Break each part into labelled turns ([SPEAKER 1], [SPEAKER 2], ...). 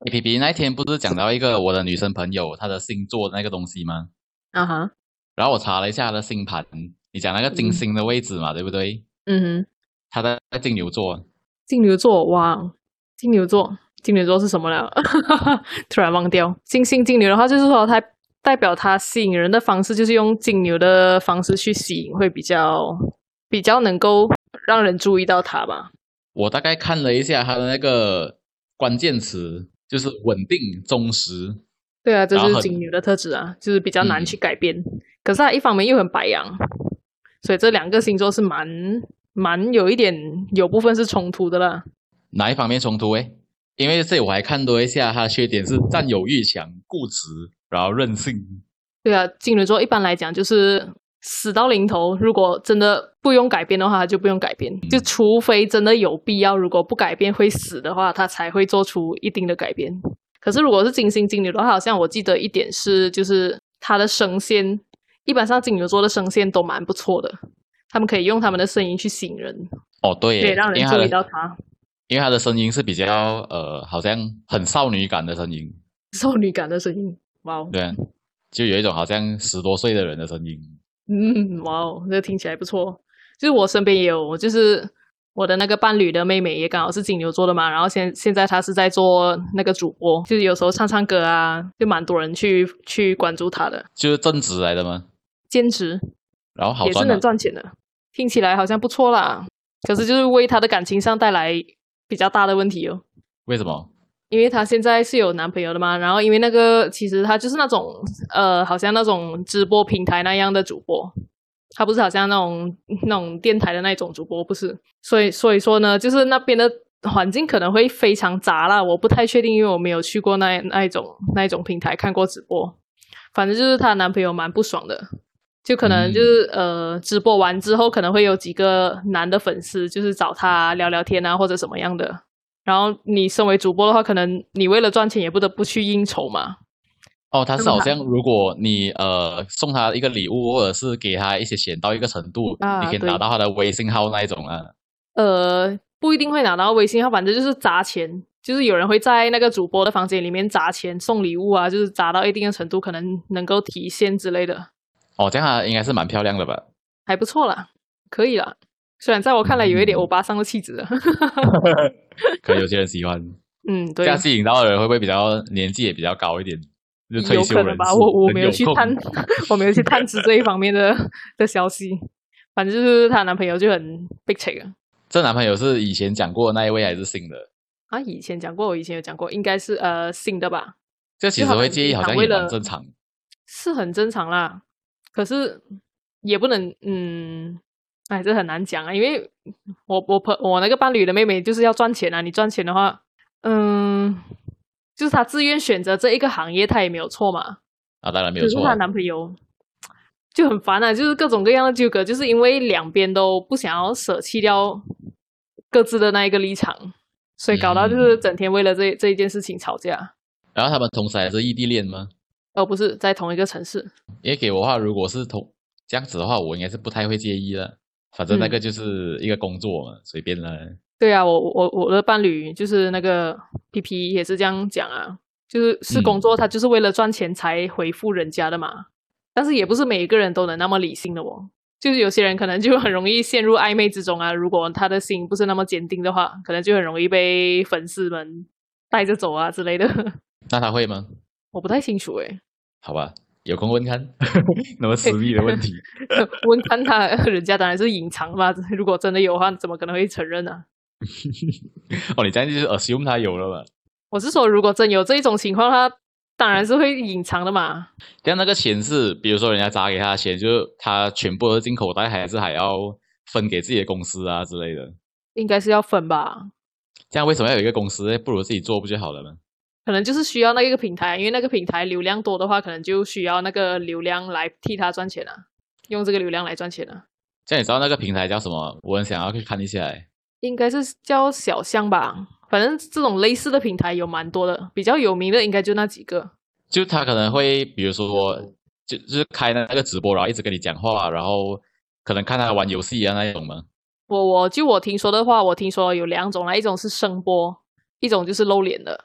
[SPEAKER 1] A P P 那一天不是讲到一个我的女生朋友她的星座的那个东西吗？
[SPEAKER 2] 啊哈，
[SPEAKER 1] 然后我查了一下她的星盘，你讲那个金星的位置嘛，对不对？
[SPEAKER 2] 嗯哼，
[SPEAKER 1] 她在金牛座，
[SPEAKER 2] 金牛座，哇，金牛座，金牛座是什么呢？ 突然忘掉，金星金牛的话，就是说它代表它吸引人的方式，就是用金牛的方式去吸引，会比较比较能够让人注意到它吧。
[SPEAKER 1] 我大概看了一下她的那个关键词，就是稳定、忠实。
[SPEAKER 2] 对啊，这
[SPEAKER 1] 然
[SPEAKER 2] 就
[SPEAKER 1] 后
[SPEAKER 2] 是
[SPEAKER 1] 很
[SPEAKER 2] 金牛的特质啊，就是比较难
[SPEAKER 1] 嗯
[SPEAKER 2] 去改变。可是它一方面又很白羊，所以这两个星座是蛮蛮有一点有部分是冲突的啦。
[SPEAKER 1] 哪一方面冲突？诶，因为这里我还看多一下，她的缺点是占有欲强、固执，然后任性。
[SPEAKER 2] 对啊，金牛座一般来讲就是死到临头，如果真的不用改变的话，他就不用改变，
[SPEAKER 1] 嗯
[SPEAKER 2] 就除非真的有必要，如果不改变会死的话，他才会做出一定的改变。可是如果是金星金牛的话，好像我记得一点是，就是他的声线，一般上金牛座的声线都蛮不错的，他们可以用他们的声音去吸引人，
[SPEAKER 1] 哦，对
[SPEAKER 2] 可以
[SPEAKER 1] 耶，
[SPEAKER 2] 让
[SPEAKER 1] 因
[SPEAKER 2] 人
[SPEAKER 1] 为她
[SPEAKER 2] 注
[SPEAKER 1] 的
[SPEAKER 2] 意到他
[SPEAKER 1] 因为她的声音是比较呃，好像很少女感的声音，
[SPEAKER 2] 少女感的声音。哇哦，
[SPEAKER 1] 对啊，就有一种好像十多岁的人的声音。
[SPEAKER 2] 嗯，哇哦，这听起来不错。就是我身边也有，就是我的那个伴侣的妹妹也刚好是金牛座的嘛，然后现现在她是在做那个主播，就是有时候唱唱歌啊，就蛮多人去去关注她的，
[SPEAKER 1] 就是正职来的吗？
[SPEAKER 2] 兼职
[SPEAKER 1] 然后好啊
[SPEAKER 2] 也是
[SPEAKER 1] 赚吗
[SPEAKER 2] 能？赚钱的，听起来好像不错啦。可是就是为她的感情上带来比较大的问题哦。
[SPEAKER 1] 为什么？
[SPEAKER 2] 因为她现在是有男朋友的嘛，然后因为那个其实她就是那种呃，好像那种直播平台那样的主播，她不是好像那种 那种电台的那种主播，不是，所以所以说呢，就是那边的环境可能会非常杂啦，我不太确定，因为我没有去过那那一种那一种平台看过直播，反正就是她男朋友蛮不爽的。就可能就是、呃，直播完之后可能会有几个男的粉丝，就是找她聊聊天啊，或者什么样的。然后你身为主播的话，可能你为了赚钱也不得不去应酬嘛。
[SPEAKER 1] 哦，他
[SPEAKER 2] 那
[SPEAKER 1] 是
[SPEAKER 2] 么
[SPEAKER 1] 好
[SPEAKER 2] 他
[SPEAKER 1] 像如果你呃送他一个礼物，或者是给他一些钱到一个程度，
[SPEAKER 2] 啊
[SPEAKER 1] 你可以
[SPEAKER 2] 对
[SPEAKER 1] 拿到他的微信号那一种啊。
[SPEAKER 2] 呃，不一定会拿到微信号，反正就是砸钱，就是有人会在那个主播的房间里面砸钱送礼物啊，就是砸到一定的程度，可能能够提现之类的，
[SPEAKER 1] 哦，这样他应该是蛮漂亮的 吧？
[SPEAKER 2] 还不错啦，可以啦。虽然在我看来有一点
[SPEAKER 1] 嗯
[SPEAKER 2] 欧巴桑的气质啊，
[SPEAKER 1] 可能有些人喜欢，
[SPEAKER 2] 嗯，
[SPEAKER 1] 这
[SPEAKER 2] 对
[SPEAKER 1] 样，吸引到的人会不会比较年纪也比较高一点？就退
[SPEAKER 2] 有
[SPEAKER 1] 休
[SPEAKER 2] 可
[SPEAKER 1] 人
[SPEAKER 2] 能
[SPEAKER 1] 士
[SPEAKER 2] 吧，我我
[SPEAKER 1] 很
[SPEAKER 2] 没有去
[SPEAKER 1] 空
[SPEAKER 2] 探， 我没有去探知这一方面的的消息，反正就是她男朋友就很 big 啊。
[SPEAKER 1] 这男朋友是以前讲过的那一位还是新的？
[SPEAKER 2] 啊，以前讲过，我以前有讲过，应该是呃新的吧，
[SPEAKER 1] 这其
[SPEAKER 2] 就
[SPEAKER 1] 实
[SPEAKER 2] 好
[SPEAKER 1] 会
[SPEAKER 2] 像
[SPEAKER 1] 介意，
[SPEAKER 2] 平
[SPEAKER 1] 好
[SPEAKER 2] 常
[SPEAKER 1] 像
[SPEAKER 2] 为
[SPEAKER 1] 也蛮
[SPEAKER 2] 了
[SPEAKER 1] 正常。
[SPEAKER 2] 是很正常啦。可是也不能，嗯，哎，这很难讲啊，因为我我朋我那个伴侣的妹妹就是要赚钱啊，你赚钱的话，嗯，就是她自愿选择这一个行业，她也没有错嘛。
[SPEAKER 1] 啊，当然没有
[SPEAKER 2] 可是
[SPEAKER 1] 错
[SPEAKER 2] 她
[SPEAKER 1] 啊。
[SPEAKER 2] 男朋友就很烦啊，就是各种各样的纠葛，就是因为两边都不想要舍弃掉各自的那一个立场，所以搞到
[SPEAKER 1] 嗯
[SPEAKER 2] 就是整天为了这这一件事情吵架。
[SPEAKER 1] 然后他们同时还是异地恋吗？
[SPEAKER 2] 而不是在同一个城市。
[SPEAKER 1] 因为给我的话，如果是同这样子的话，我应该是不太会介意了。反正那
[SPEAKER 2] 嗯
[SPEAKER 1] 个就是一个工作嘛，随便啦。
[SPEAKER 2] 对啊，我我我的伴侣就是那个 P P 也是这样讲啊，就是是工作，他就是为了赚钱才回复人家的嘛。但是也不是每一个人都能那么理性的哦，就是有些人可能就很容易陷入暧昧之中啊。如果他的心不是那么坚定的话，可能就很容易被粉丝们带着走啊之类的。
[SPEAKER 1] 那他会吗？
[SPEAKER 2] 我不太清楚诶，
[SPEAKER 1] 好吧，有空问看， 那么私密的问题。
[SPEAKER 2] 问看他人家当然是隐藏嘛，如果真的有的话，怎么可能会承认呢、啊
[SPEAKER 1] 哦，你这样就是 assume 他有了嘛？
[SPEAKER 2] 我是说，如果真有这一种情况，他当然是会隐藏的嘛。
[SPEAKER 1] 但那个钱是，比如说人家砸给他的钱，就是他全部都进口袋，还是还要分给自己的公司啊之类的？
[SPEAKER 2] 应该是要分吧，
[SPEAKER 1] 这样为什么要有一个公司？不如自己做不就好了吗？
[SPEAKER 2] 可能就是需要那个平台，因为那个平台流量多的话，可能就需要那个流量来替他赚钱啊，用这个流量来赚钱啊，
[SPEAKER 1] 这样你知道那个平台叫什么？我很想要去看一下、欸。
[SPEAKER 2] 应该是叫小象吧。反正这种类似的平台有蛮多的，比较有名的应该就那几个。
[SPEAKER 1] 就他可能会，比如说，就就是开那个直播，然后一直跟你讲话，然后可能看他玩游戏啊那一种嘛。
[SPEAKER 2] 我我就我听说的话，我听说有两种啦，一种是声波，一种就是露脸的。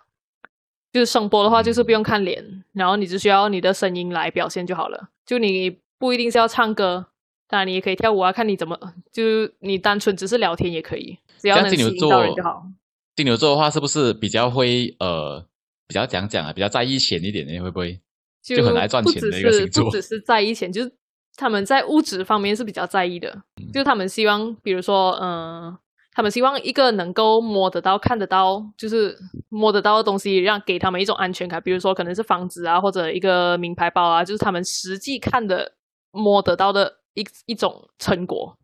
[SPEAKER 2] 就是声波的话，就是不用看脸，然后你只需要你的声音来表现就好了。就你不一定是要唱歌，当然你也可以跳舞啊，看你怎么，就是你单纯只是聊天也可以，只要
[SPEAKER 1] 像
[SPEAKER 2] 能吸
[SPEAKER 1] 金牛
[SPEAKER 2] 引到人
[SPEAKER 1] 座
[SPEAKER 2] 就好。，
[SPEAKER 1] 金牛座的话是不是比较会呃比较讲讲啊，比较在意钱一点呢？会不会？
[SPEAKER 2] 就
[SPEAKER 1] 就很爱赚
[SPEAKER 2] 不
[SPEAKER 1] 钱
[SPEAKER 2] 只
[SPEAKER 1] 的一个
[SPEAKER 2] 是
[SPEAKER 1] 星座
[SPEAKER 2] 不只是在意钱，就是他们在物质方面是比较在意的，
[SPEAKER 1] 嗯
[SPEAKER 2] 就是他们希望，比如说，嗯、他们希望一个能够摸得到、看得到，就是摸得到的东西，让给他们一种安全感。比如说，可能是房子啊，或者一个名牌包啊，就是他们实际看的、摸得到的一一种成果。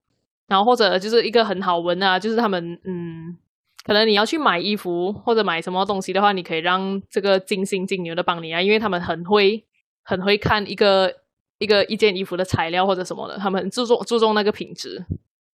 [SPEAKER 2] 然后或者就是一个很好闻啊，就是他们嗯，可能你要去买衣服或者买什么东西的话，你可以让这个金星金牛的帮你啊，因为他们很会很会看一个一个一件衣服的材料或者什么的，他们很注重注重那个品质。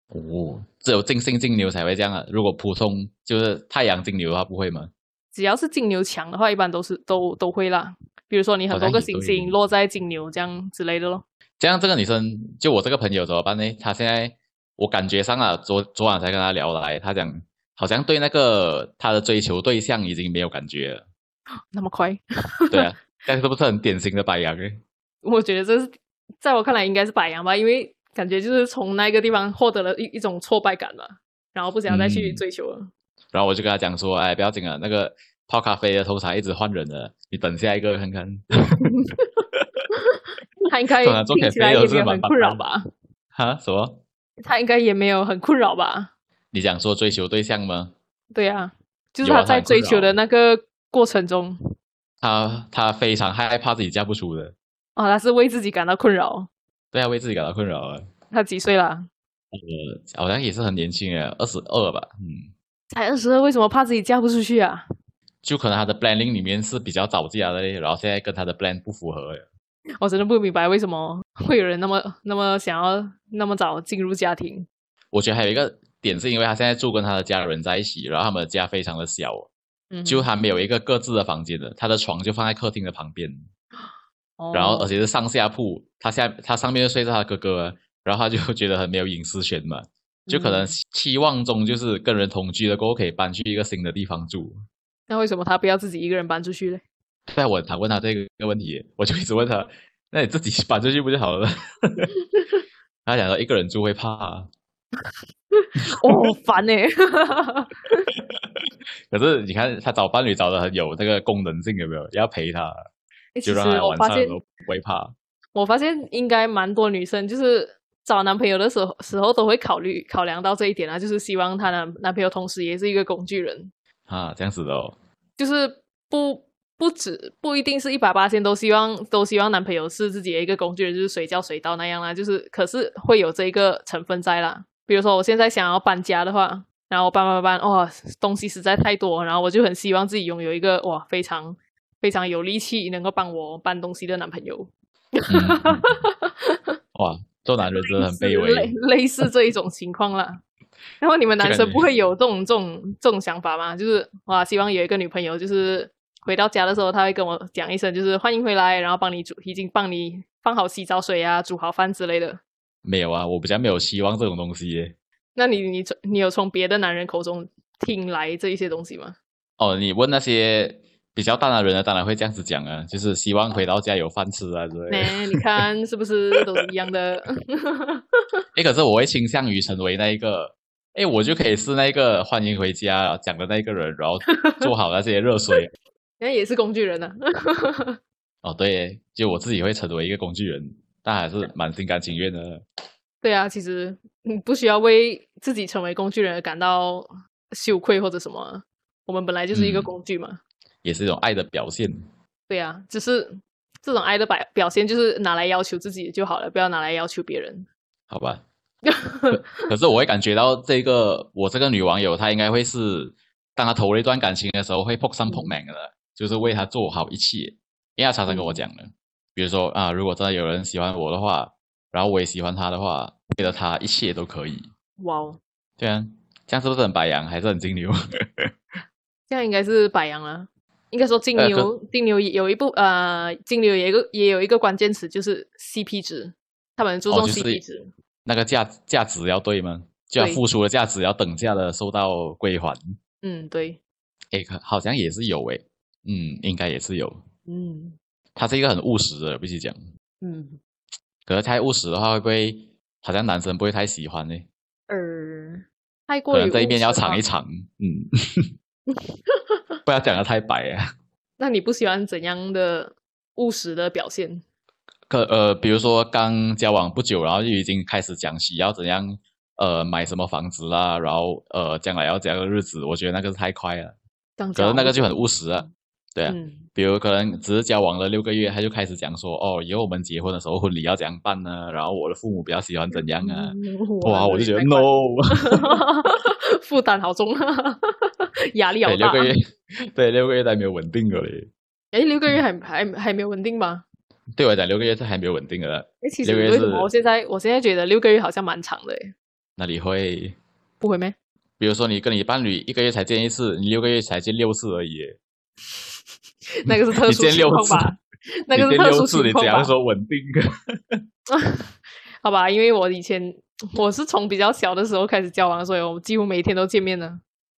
[SPEAKER 1] 哦，只有金星金牛才会这样啊。如果普通就是太阳金牛的话，不会吗？
[SPEAKER 2] 只要是金牛强的话，一般都是都都会啦。比如说你很
[SPEAKER 1] 好
[SPEAKER 2] 多
[SPEAKER 1] 像
[SPEAKER 2] 个
[SPEAKER 1] 也
[SPEAKER 2] 行
[SPEAKER 1] 对
[SPEAKER 2] 星落在金牛这样之类的咯。
[SPEAKER 1] 这样这个女生，就我这个朋友怎么办呢？她现在我感觉上啊，昨昨晚才跟她聊来，她讲好像对那个她的追求对象已经没有感觉了。
[SPEAKER 2] 那么快，
[SPEAKER 1] 对啊，但是不是很典型的白羊欸呢？
[SPEAKER 2] 我觉得这是在我看来应该是白羊吧，因为感觉就是从那个地方获得了一一种挫败感吧，然后不想再去
[SPEAKER 1] 嗯
[SPEAKER 2] 追求了。
[SPEAKER 1] 然后我就跟她讲说，哎，不要紧啊，那个泡咖啡的通常一直换人的，你等下一个看看。
[SPEAKER 2] 他应该
[SPEAKER 1] 对啊做
[SPEAKER 2] 听起
[SPEAKER 1] cafe
[SPEAKER 2] 来也
[SPEAKER 1] 都
[SPEAKER 2] 没
[SPEAKER 1] 是
[SPEAKER 2] 有
[SPEAKER 1] 蛮
[SPEAKER 2] 很
[SPEAKER 1] 麻
[SPEAKER 2] 困扰
[SPEAKER 1] 烦的
[SPEAKER 2] 吧？
[SPEAKER 1] 哈，什么？
[SPEAKER 2] 他应该也没有很困扰吧？
[SPEAKER 1] 你讲说追求对象吗？
[SPEAKER 2] 对啊，就是
[SPEAKER 1] 有啊他
[SPEAKER 2] 他在
[SPEAKER 1] 很困
[SPEAKER 2] 追求
[SPEAKER 1] 扰
[SPEAKER 2] 的那个过程中，
[SPEAKER 1] 她她非常害怕自己嫁不出的，
[SPEAKER 2] 哦，他是为自己感到困扰。
[SPEAKER 1] 对啊，为自己感到困扰啊。
[SPEAKER 2] 他几岁啦？
[SPEAKER 1] 好像也是很年轻啊，二十二吧，嗯，
[SPEAKER 2] 才二十二，为什么怕自己嫁不出去啊？
[SPEAKER 1] 就可能她的 planning 里面是比较早嫁的嘞，然后现在跟她的 plan 不符合了。啊
[SPEAKER 2] 我真的不明白为什么会有人那么那么想要那么早进入家庭。
[SPEAKER 1] 我觉得还有一个点是因为她现在住跟她的家人在一起，然后他们的家非常的小哦，
[SPEAKER 2] 嗯，
[SPEAKER 1] 就还没有一个各自的房间的，她的床就放在客厅的旁边，然后
[SPEAKER 2] 哦
[SPEAKER 1] 而且是上下铺，她下她上面就睡着她哥哥，然后她就觉得很没有隐私权嘛，就可能
[SPEAKER 2] 嗯
[SPEAKER 1] 期望中就是跟人同居了过后可以搬去一个新的地方住。
[SPEAKER 2] 那为什么他不要自己一个人搬 出去嘞？
[SPEAKER 1] 在我常问他这个问题，我就一直问他，那你自己搬出去不就好了？ 他讲说一个人住会怕啊，
[SPEAKER 2] 哦，烦呢、
[SPEAKER 1] 可是你看他找伴侣找的很有这个功能性，有没有？要陪他，
[SPEAKER 2] 欸
[SPEAKER 1] 就
[SPEAKER 2] 其实
[SPEAKER 1] 让他
[SPEAKER 2] 我
[SPEAKER 1] 晚
[SPEAKER 2] 发
[SPEAKER 1] 上
[SPEAKER 2] 现，
[SPEAKER 1] 都不会怕。
[SPEAKER 2] 我发现应该蛮多女生就是找男朋友的时候时候都会考虑考量到这一点啊，就是希望她男男朋友同时也是一个工具人，
[SPEAKER 1] 啊，这样子的哦，
[SPEAKER 2] 就是不不止不一定是一百八千都希望都希望男朋友是自己的一个工具人，就是随叫随到那样啦，就是可是会有这一个成分在啦。比如说我现在想要搬家的话，然后我搬搬搬，哇，东西实在太多，然后我就很希望自己拥有一个哇非常非常有力气能够帮我搬东西的男朋友。
[SPEAKER 1] 嗯嗯 哇，做男人真的很卑微。
[SPEAKER 2] 类类似这一种情况啦。然后你们男
[SPEAKER 1] 这
[SPEAKER 2] 生
[SPEAKER 1] 个
[SPEAKER 2] 不会有这种这种这种想法吗？就是哇，希望有一个女朋友，就是回到家的时候，她会跟我讲一声，就是欢迎回来，然后帮你煮，已经帮你放好洗澡水啊，煮好饭之类的。
[SPEAKER 1] 没有啊，我比较没有希望这种东西耶。
[SPEAKER 2] 那你你从你有从别的男人口中听来这一些东西吗？
[SPEAKER 1] 哦，你问那些比较大男人的，当然会这样子讲啊，就是希望回到家有饭吃啊之类
[SPEAKER 2] 呢、
[SPEAKER 1] 的。
[SPEAKER 2] 你看是不是都是一样的？
[SPEAKER 1] 诶，可是我会倾向于成为那一个，诶，我就可以是那一个欢迎回家讲的那一个人，然后做好那些热水。
[SPEAKER 2] 那也是工具人啊呢、
[SPEAKER 1] 哦，对耶，就我自己会成为一个工具人，但还是蛮心甘情愿的。
[SPEAKER 2] 对啊，其实你不需要为自己成为工具人而感到羞愧或者什么啊。我们本来就是一个
[SPEAKER 1] 嗯
[SPEAKER 2] 工具嘛。
[SPEAKER 1] 也是一种爱的表现。
[SPEAKER 2] 对啊，只是这种爱的表表现就是拿来要求自己就好了，不要拿来要求别人。
[SPEAKER 1] 好吧。可可是我会感觉到这个我这个女网友，她应该会是当她投入一段感情的时候，会 put some p o man 的，就是为她做好一切。因为她常常跟我讲的，比如说啊，如果真的有人喜欢我的话，然后我也喜欢他的话，为了他一切都可以。
[SPEAKER 2] 哇哦，
[SPEAKER 1] 对啊，这样是不是很白羊，还是很金牛？
[SPEAKER 2] 这样应该是白羊了。应该说金
[SPEAKER 1] 呃可
[SPEAKER 2] 牛，金牛有一部呃，金牛有一个也有一个关键词就是 CP 值，他们注
[SPEAKER 1] 哦
[SPEAKER 2] 重
[SPEAKER 1] 就是
[SPEAKER 2] CP 值。
[SPEAKER 1] 那个价价值要对吗？就要
[SPEAKER 2] 对
[SPEAKER 1] 付出的价值要等价的受到归还。
[SPEAKER 2] 嗯，对，
[SPEAKER 1] 诶，可好像也是有诶，嗯，应该也是有。
[SPEAKER 3] 嗯
[SPEAKER 1] 他是一个很务实的，必须讲。
[SPEAKER 3] 嗯，
[SPEAKER 1] 可是太务实的话，会不会好像男生不会太喜欢呢？
[SPEAKER 3] 呃，
[SPEAKER 2] 太过
[SPEAKER 1] 可
[SPEAKER 2] 于
[SPEAKER 1] 能这一边
[SPEAKER 2] 务实
[SPEAKER 1] 要
[SPEAKER 2] 了
[SPEAKER 1] 尝一尝，嗯， 不要讲的太白啊。
[SPEAKER 2] 那你不喜欢怎样的务实的表现？
[SPEAKER 1] 可呃，比如说刚交往不久，然后就已经开始讲起要怎样呃买什么房子啦，然后呃将来要怎样的日子，我觉得那个是太快了，
[SPEAKER 2] 刚
[SPEAKER 1] 可是那个就
[SPEAKER 2] 讲
[SPEAKER 1] 很务实了，对啊，
[SPEAKER 3] 嗯
[SPEAKER 1] 比如可能只是交往了六个月，他就开始讲说哦，以后我们结婚的时候婚礼要怎样办呢？然后我的父母比较喜欢怎
[SPEAKER 2] 嗯
[SPEAKER 1] 样啊？哇，我就觉得 no，
[SPEAKER 2] 负担好重，压力好
[SPEAKER 1] 对，六
[SPEAKER 2] 大。
[SPEAKER 1] 个月，对，六个月都还没有稳定的嘞，
[SPEAKER 2] 哎，六个月还
[SPEAKER 1] 嗯
[SPEAKER 2] 还还没有稳定吗？
[SPEAKER 1] 对我来讲六个月是还没有稳定的，
[SPEAKER 2] 哎，其实
[SPEAKER 1] 六个月
[SPEAKER 2] 为什么
[SPEAKER 1] 是
[SPEAKER 2] 我现在我现在觉得六个月好像蛮长的诶，
[SPEAKER 1] 那你会？
[SPEAKER 2] 不会咩？
[SPEAKER 1] 比如说，你跟你伴侣一个月才见一次，你六个月才见六次而已耶。
[SPEAKER 2] 那个是特
[SPEAKER 1] 你
[SPEAKER 2] 殊
[SPEAKER 1] 见
[SPEAKER 2] 情
[SPEAKER 1] 六
[SPEAKER 2] 况
[SPEAKER 1] 次
[SPEAKER 2] 吧？ 那个
[SPEAKER 1] 你见
[SPEAKER 2] 是特
[SPEAKER 1] 六
[SPEAKER 2] 殊
[SPEAKER 1] 次，
[SPEAKER 2] 情
[SPEAKER 1] 你怎
[SPEAKER 2] 况
[SPEAKER 1] 样
[SPEAKER 2] 吧？
[SPEAKER 1] 说稳定？
[SPEAKER 2] 好吧，因为我以前我是从比较小的时候开始交往，所以我几乎每天都见面的，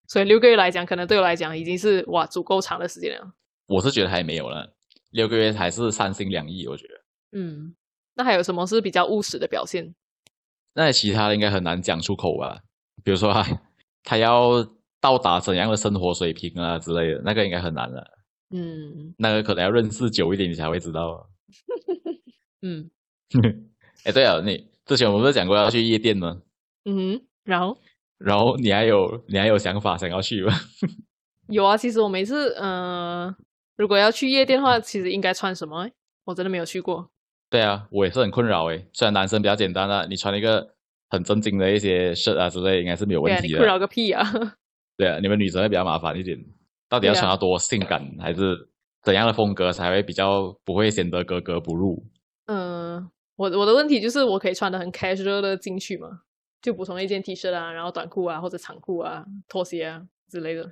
[SPEAKER 2] 所以六个月来讲，可能对我来讲已经是哇足够长的时间了。
[SPEAKER 1] 我是觉得还没有了，六个月还是三心两意，我觉得。
[SPEAKER 3] 嗯，
[SPEAKER 2] 那还有什么是比较务实的表现？
[SPEAKER 1] 那其他的应该很难讲出口吧？比如说他他要到达怎样的生活水平啊之类的，那个应该很难了。
[SPEAKER 3] 嗯
[SPEAKER 1] 那个可能要认识久一点，你才会知道。啊
[SPEAKER 3] 嗯
[SPEAKER 1] 哎，对了，你之前我们不是讲过要去夜店吗？
[SPEAKER 2] 嗯哼，然后
[SPEAKER 1] 然后你还有你还有想法想要去吗？
[SPEAKER 2] 有啊，其实我每次呃，如果要去夜店的话，其实应该穿什么？我真的没有去过。
[SPEAKER 1] 对啊，我也是很困扰诶。虽然男生比较简单啦、你穿一个很正经的一些 shirt 啊之类，应该是没有
[SPEAKER 2] 对
[SPEAKER 1] 问
[SPEAKER 2] 啊，你
[SPEAKER 1] 题
[SPEAKER 2] 困
[SPEAKER 1] 的。
[SPEAKER 2] 扰个屁啊！
[SPEAKER 1] 对啊，你们女生会比较麻烦一点，到底要
[SPEAKER 2] 对啊
[SPEAKER 1] 穿到多性感，还是怎样的风格才会比较不会显得格格不入？
[SPEAKER 2] 嗯，我我的问题就是我可以穿的很 casual 的进去嘛，就普通的一件 T 恤啊，然后短裤啊或者长裤啊、拖鞋啊之类的。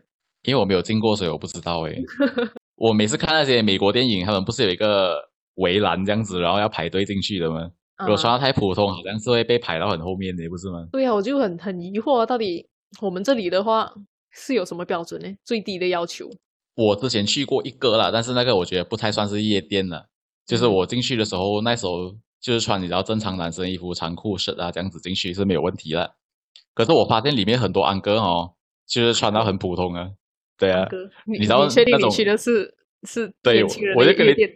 [SPEAKER 1] 因为我没有进过，所以我不知道诶。 我每次看那些美国电影，他们不是有一个围栏这样子，然后要排队进去的吗？如果
[SPEAKER 2] 嗯
[SPEAKER 1] 穿的太普通，好像是会被排到很后面的，不是吗？
[SPEAKER 2] 对啊，我就很很疑惑，到底我们这里的话是有什么标准呢？最低的要求？
[SPEAKER 1] 我之前去过一个啦，但是那个我觉得不太算是夜店了。就是
[SPEAKER 2] 嗯
[SPEAKER 1] 我进去的时候，那时候就是穿你知道正常男生衣服、长裤、shirt 啊这样子进去是没有问题了。可是我发现里面很多安哥哦，就是穿到很普通啊。对啊，
[SPEAKER 2] 哥，你
[SPEAKER 1] 你知道
[SPEAKER 2] 确定
[SPEAKER 1] 那
[SPEAKER 2] 你
[SPEAKER 1] 种
[SPEAKER 2] 去的是是
[SPEAKER 1] 对
[SPEAKER 2] 年
[SPEAKER 1] 我
[SPEAKER 2] 轻人
[SPEAKER 1] 我
[SPEAKER 2] 的
[SPEAKER 1] 就跟
[SPEAKER 2] 夜
[SPEAKER 1] 你
[SPEAKER 2] 店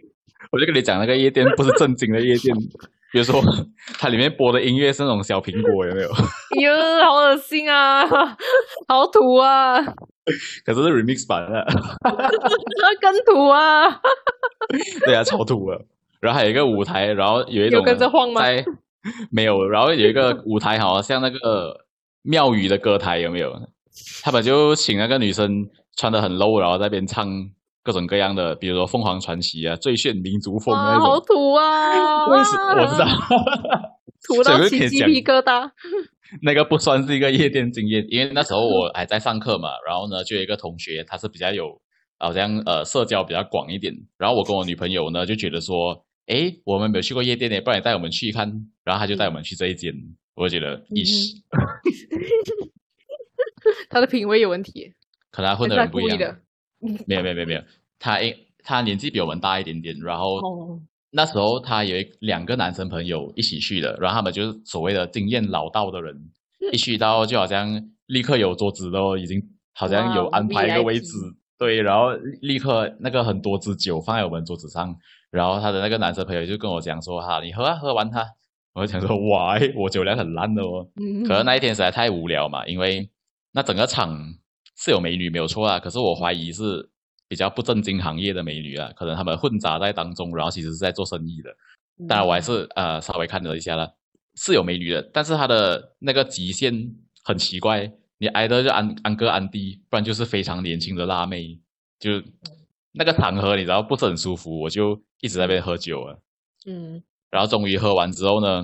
[SPEAKER 1] 我就跟你讲，那个夜店不是正经的夜店， 比如说它里面播的音乐是那种小苹果，有没有？
[SPEAKER 2] 哟，好恶心啊， 好土啊，
[SPEAKER 1] 可是是 remix 版的，
[SPEAKER 2] 跟土啊，
[SPEAKER 1] 对啊，超土了。然后还有一个舞台，然后有一种
[SPEAKER 2] 有跟着晃吗
[SPEAKER 1] 在没有，然后有一个舞台，好像那个庙宇的歌台有没有？他们就请那个女生穿的很 low，然后在那边唱各种各样的，比如说凤凰传奇啊、最炫民族风那
[SPEAKER 2] 哇，好
[SPEAKER 1] 种。
[SPEAKER 2] 土啊，
[SPEAKER 1] 我也是我知道，
[SPEAKER 2] 土
[SPEAKER 1] 整
[SPEAKER 2] 到
[SPEAKER 1] 个
[SPEAKER 2] 起
[SPEAKER 1] 可以
[SPEAKER 2] 鸡
[SPEAKER 1] 讲
[SPEAKER 2] 皮疙瘩。
[SPEAKER 1] 那个不算是一个夜店经验，因为那时候我还在上课嘛，然后呢，就有一个同学他是比较有好像呃社交比较广一点，然后我跟我女朋友呢就觉得说，诶，我们没有去过夜店呢，不然你带我们去一看，然后他就带我们去这一间，我就觉
[SPEAKER 2] 嗯
[SPEAKER 1] 得，咦，
[SPEAKER 2] 他的品味有问题，
[SPEAKER 1] 可能他混的
[SPEAKER 2] 还
[SPEAKER 1] 人
[SPEAKER 2] 是他
[SPEAKER 1] 不一
[SPEAKER 2] 故
[SPEAKER 1] 样，
[SPEAKER 2] 意的。
[SPEAKER 1] 没有没有没有没有，他因他年纪比我们大一点点，然后
[SPEAKER 2] 哦，
[SPEAKER 1] 那时候他有一两个男生朋友一起去的，然后他们就是所谓的经验老道的人，一去到就好像立刻有桌子咯，已经好像有
[SPEAKER 2] 哇
[SPEAKER 1] 安排一个
[SPEAKER 2] VIP
[SPEAKER 1] 位置，对，然后立刻那个很多支酒放在我们桌子上，然后他的那个男生朋友就跟我讲说哈，你喝啊，喝完它，我就想说哇，诶我酒量很烂的哦，
[SPEAKER 2] 嗯
[SPEAKER 1] 可能那一天实在太无聊嘛，因为那整个场是有美女没有错啊，可是我怀疑是比较不正经行业的美女啊，可能她们混杂在当中，然后其实是在做生意的。
[SPEAKER 2] 嗯
[SPEAKER 1] 当然我还是呃稍微看了一下啦，是有美女的，但是她的那个极限很奇怪，你挨的就安安哥安迪，不然就是非常年轻的辣妹，就那个场合你知道不是很舒服，我就一直在那边喝酒啊。
[SPEAKER 2] 嗯，
[SPEAKER 1] 然后终于喝完之后呢，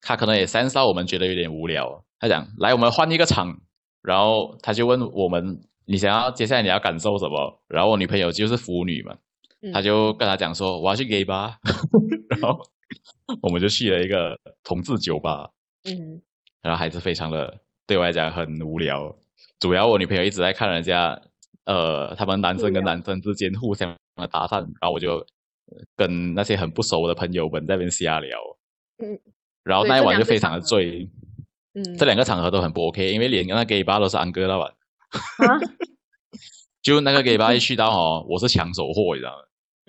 [SPEAKER 1] 他可能也 sense 到我们觉得有点无聊，他讲来我们换一个场，然后他就问我们你想要接下来你要感受什么？然后我女朋友就是腐女嘛，
[SPEAKER 2] 嗯
[SPEAKER 1] 他就跟他讲说我要去 gay 吧， 然后我们就去了一个同志酒吧，
[SPEAKER 2] 嗯，
[SPEAKER 1] 然后还是非常的对我来讲很无聊，主要我女朋友一直在看人家呃，他们男生
[SPEAKER 3] 对
[SPEAKER 1] 跟
[SPEAKER 3] 啊
[SPEAKER 1] 男生之间互相的搭讪，然后我就呃跟那些很不熟的朋友们在那边瞎聊，
[SPEAKER 3] 嗯，
[SPEAKER 1] 然后
[SPEAKER 2] 对
[SPEAKER 1] 那一
[SPEAKER 2] 这
[SPEAKER 1] 晚
[SPEAKER 2] 两
[SPEAKER 1] 就
[SPEAKER 2] 个
[SPEAKER 1] 非常的
[SPEAKER 2] 场合
[SPEAKER 1] 醉，
[SPEAKER 3] 嗯
[SPEAKER 1] 这两个场合都很不 OK，因为连那个 gay 吧都是安哥那晚，
[SPEAKER 3] 啊，
[SPEAKER 1] 就那个 gay 吧一去到哦，我是抢手货，你知道吗？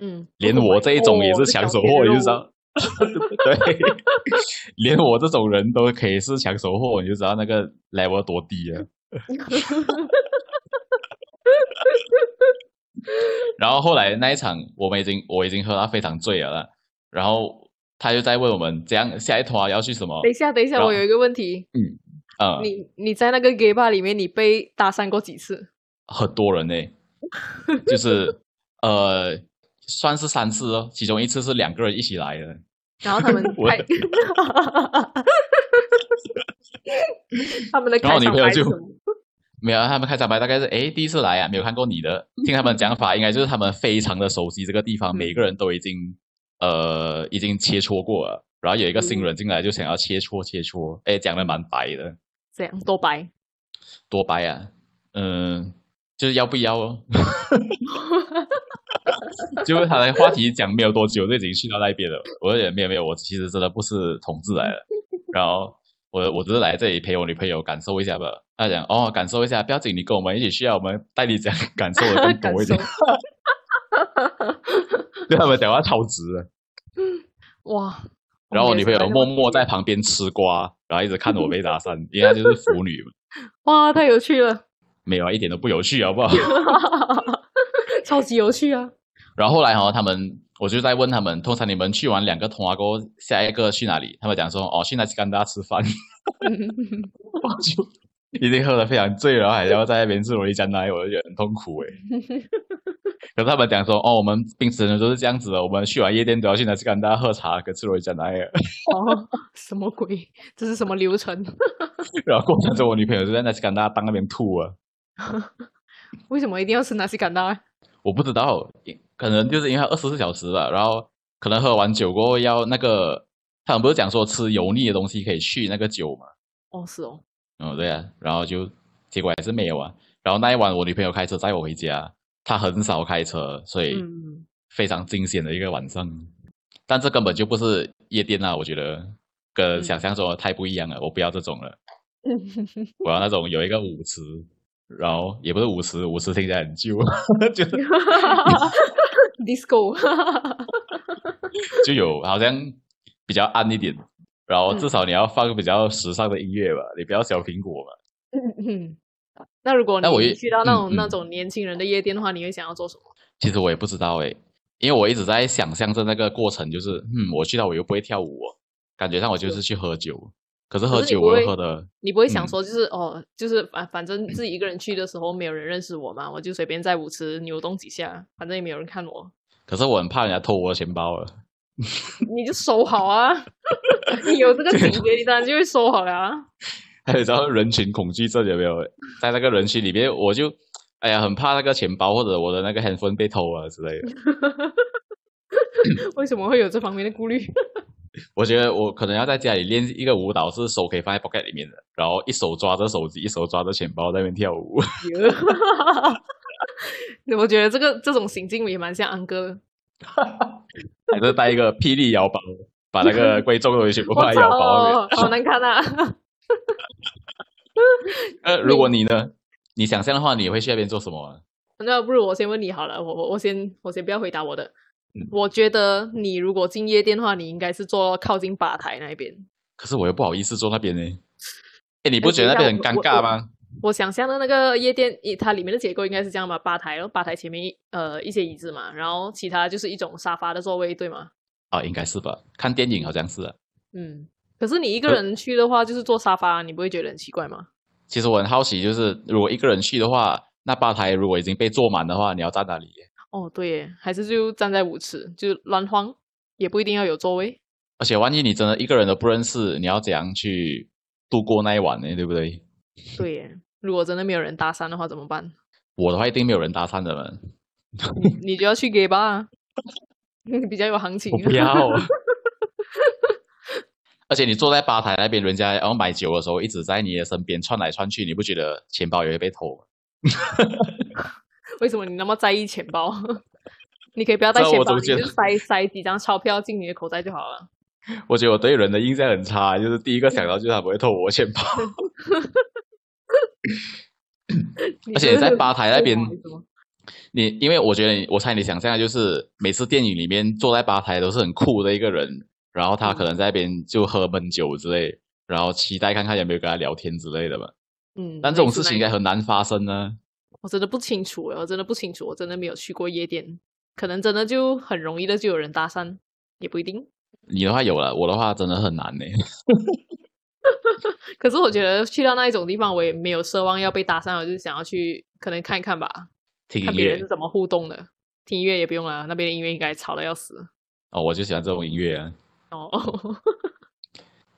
[SPEAKER 3] 嗯，
[SPEAKER 1] 连我这一种
[SPEAKER 2] 哦
[SPEAKER 1] 也是抢手货，你就知道，对， 连我这种人都可以是抢手货，你就知道那个 level 多低啊了。然后后来那一场，我们已经我已经喝到非常醉了啦，然后他就在问我们这样下一团要去什么
[SPEAKER 2] 等，一下，等一 下，
[SPEAKER 1] 然后
[SPEAKER 2] 我有一个问题，
[SPEAKER 1] 呃，
[SPEAKER 2] 你你在那个 gay bar 里面，你被搭讪过几次？
[SPEAKER 1] 很多人呢、就是呃，算是三次哦，其中一次是两个人一起来的，
[SPEAKER 2] 然后他们
[SPEAKER 1] 我
[SPEAKER 2] 开， 他们的
[SPEAKER 1] 然
[SPEAKER 2] 开
[SPEAKER 1] 后女
[SPEAKER 2] 场
[SPEAKER 1] 朋友
[SPEAKER 2] 白是
[SPEAKER 1] 就
[SPEAKER 2] 什么？
[SPEAKER 1] 没有，啊他们开场白大概是诶，第一次来啊，没有看过你的。听他们讲法，应该就是他们非常的熟悉这个地方，每个人都已经呃已经切磋过了。然后有一个新人进来就想要切磋切磋，诶，讲的蛮白的，
[SPEAKER 2] 这样多白，
[SPEAKER 1] 多白啊，嗯、就是要不要 哦？就是他的话题讲没有多久就已经去到那边了。我也没有没有，我其实真的不是同志 来的，然后我我只是来这里陪我女朋友感受一下吧。他讲哦，感受一下，不要紧，你跟我们一起去啊，我们带你讲 感受的更
[SPEAKER 2] 感
[SPEAKER 1] 多一
[SPEAKER 2] 受
[SPEAKER 1] 点。 对他们讲话超直的。
[SPEAKER 2] 哇！
[SPEAKER 1] 然后我
[SPEAKER 2] 们
[SPEAKER 1] 女
[SPEAKER 2] 也
[SPEAKER 1] 朋
[SPEAKER 2] 是
[SPEAKER 1] 友
[SPEAKER 2] 来那么
[SPEAKER 1] 默默在旁边吃瓜，然后一直看我被搭讪，因为她就是腐女嘛，
[SPEAKER 2] 哇，太有趣了，
[SPEAKER 1] 没有啊，一点都不有趣，好不好？
[SPEAKER 2] 超级有趣啊！
[SPEAKER 1] 然后后来哈、哦，他们我就在问他们，通常你们去完两个童话沟，下一个去哪里？他们讲说哦，去那斯干达吃饭，
[SPEAKER 2] 嗯
[SPEAKER 1] 我就已经喝得非常醉了，然后还要在那边吃罗丽江奶，我就觉得很痛苦诶。可是他们讲说哦，我们平时呢都是这样子的，我们去完夜店都要去那斯干达喝茶跟吃罗丽江奶。
[SPEAKER 2] 哦，什么鬼？这是什么流程？
[SPEAKER 1] 然后过程中我女朋友就在那斯干达当那边吐啊，
[SPEAKER 2] 为什么一定要吃纳西甘达？
[SPEAKER 1] 我不知道，可能就是因为二十四小时了，然后可能喝完酒过后要那个，他们不是讲说吃油腻的东西可以去那个酒嘛？
[SPEAKER 2] 哦，是哦，
[SPEAKER 1] 嗯，对啊，然后就结果还是没有啊。然后那一晚我女朋友开车载我回家，她很少开车，所以
[SPEAKER 2] 嗯，
[SPEAKER 1] 非常惊险的一个晚上。但这根本就不是夜店啊，我觉得跟
[SPEAKER 3] 嗯
[SPEAKER 1] 想象中的太不一样了，我不要这种了。我要那种有一个舞池，然后也不是舞池，舞池听起来很旧， 就是
[SPEAKER 2] ，disco，
[SPEAKER 1] 就有好像比较暗一点，然后至少你要放比较时尚的音乐吧，你不要小苹果嘛。
[SPEAKER 2] 嗯那如果
[SPEAKER 1] 那我
[SPEAKER 2] 你
[SPEAKER 1] 也
[SPEAKER 2] 去到那
[SPEAKER 1] 嗯
[SPEAKER 2] 种那
[SPEAKER 1] 嗯
[SPEAKER 2] 种年轻人的夜店的话，你会想要做什么？
[SPEAKER 1] 其实我也不知道诶，因为我一直在想象着那个过程，就是嗯，我去到我又不会跳舞、哦，感觉上我就是去喝酒，可是喝
[SPEAKER 2] 可是你
[SPEAKER 1] 酒
[SPEAKER 2] 不
[SPEAKER 1] 我
[SPEAKER 2] 会
[SPEAKER 1] 又喝的，
[SPEAKER 2] 你不会想
[SPEAKER 1] 嗯
[SPEAKER 2] 说就是、哦，就是反反正自己一个人去的时候，没有人认识我嘛，我就随便在舞池扭动几下，反正也没有人看我，
[SPEAKER 1] 可是我很怕人家偷我的钱包啊。
[SPEAKER 2] 你就收好啊！ 你有这个
[SPEAKER 1] 啊
[SPEAKER 2] 情节，你当然就会收好了、啊。
[SPEAKER 1] 还有知道人群恐惧症有没有？在那个人群里面，我就哎呀很怕那个钱包或者我的那个 handphone 被偷啊之类的。
[SPEAKER 2] 为什么会有这方面的顾虑？
[SPEAKER 1] 我觉得我可能要在家里练一个舞蹈，是手可以放在 pocket 里面的，然后一手抓着手机，一手抓着钱包在那边跳舞。
[SPEAKER 2] 我觉得这个这种行径也蛮像安哥的。
[SPEAKER 1] 还是带一个霹雳腰包，把那 个贵重的东西全部放在腰包里面。
[SPEAKER 2] 操，好难看啊！
[SPEAKER 1] 呃，如果你呢，你想象的话，你会去那边做什么啊？
[SPEAKER 2] 那不如我先问你好了，我我我先我先不要回答我的
[SPEAKER 1] 嗯。
[SPEAKER 2] 我觉得你如果进夜店的话，你应该是坐靠近吧台那边。
[SPEAKER 1] 可是我又不好意思坐那边呢。哎，你
[SPEAKER 2] 哎
[SPEAKER 1] 不觉得那边很
[SPEAKER 2] 等
[SPEAKER 1] 尴
[SPEAKER 2] 一下
[SPEAKER 1] 尬
[SPEAKER 2] 我
[SPEAKER 1] 吗？
[SPEAKER 2] 我想象的那个夜店，一它里面的结构应该是这样吧，吧台，然后吧台前面一呃一些椅子嘛，然后其他就是一种沙发的座位，对吗？
[SPEAKER 1] 啊，应该是吧。看电影好像是、啊。
[SPEAKER 3] 嗯，
[SPEAKER 2] 可是你一个
[SPEAKER 1] 呃
[SPEAKER 2] 人去的话，就是坐沙发，你不会觉得很奇怪吗？
[SPEAKER 1] 其实我很好奇，就是如果一个人去的话，那吧台如果已经被坐满的话，你要站哪里？
[SPEAKER 2] 哦，对耶，还是就站在舞池，就乱晃，也不一定要有座位。
[SPEAKER 1] 而且万一你真的一个人都不认识，你要怎样去度过那一晚呢？对不对？
[SPEAKER 2] 对耶，如果真的没有人搭讪的话怎么 办？
[SPEAKER 1] 我的话一定没有人搭讪的人，
[SPEAKER 2] 你你就要去 gay 吧、 啊，比较有行情
[SPEAKER 1] 我
[SPEAKER 2] 啊。
[SPEAKER 1] 不要。哦而且你坐在吧台那边，人家然后买酒的时候一直在你的身边窜来窜去，你不觉得钱包也会被偷吗？
[SPEAKER 2] 为什么你那么在意钱包？ 你可以不要带
[SPEAKER 1] 这
[SPEAKER 2] 钱
[SPEAKER 1] 我
[SPEAKER 2] 包，
[SPEAKER 1] 总
[SPEAKER 2] 你
[SPEAKER 1] 觉
[SPEAKER 2] 就
[SPEAKER 1] 得
[SPEAKER 2] 塞塞几张钞票进你的口袋就好了。
[SPEAKER 1] 我觉得我对人的印象很差，就是第一个想到就是他不会偷我 钱包，而且在吧台那 边
[SPEAKER 2] 你是不是不好意思吗
[SPEAKER 1] 你因为我觉得你，我猜你想象的就是每次电影里面坐在吧台都是很酷的一个人，然后他可能
[SPEAKER 2] 嗯
[SPEAKER 1] 在那边就喝闷酒之类，然后期待看看有没有跟他聊天之类的吧。
[SPEAKER 3] 嗯，
[SPEAKER 1] 但这种
[SPEAKER 2] 类似
[SPEAKER 1] 事情
[SPEAKER 2] 那
[SPEAKER 1] 应该很难发生呢。
[SPEAKER 2] 我真的不清楚，欸我真的不清楚，我真的没有去过夜店，可能真的就很容易的就有人搭讪，也不一定。
[SPEAKER 1] 你的话有了，我的话真的很 难呢。
[SPEAKER 2] 可是我觉得去到那一种地方，我也没有奢望要被搭讪，我就是想要去可能看一看吧，
[SPEAKER 1] 听
[SPEAKER 2] 看
[SPEAKER 1] 音
[SPEAKER 2] 别人
[SPEAKER 1] 乐
[SPEAKER 2] 是怎么互动的。听音乐也不用了，那边的音乐应该吵得要死。
[SPEAKER 1] 哦，我就喜欢这种音乐啊。
[SPEAKER 2] 哦，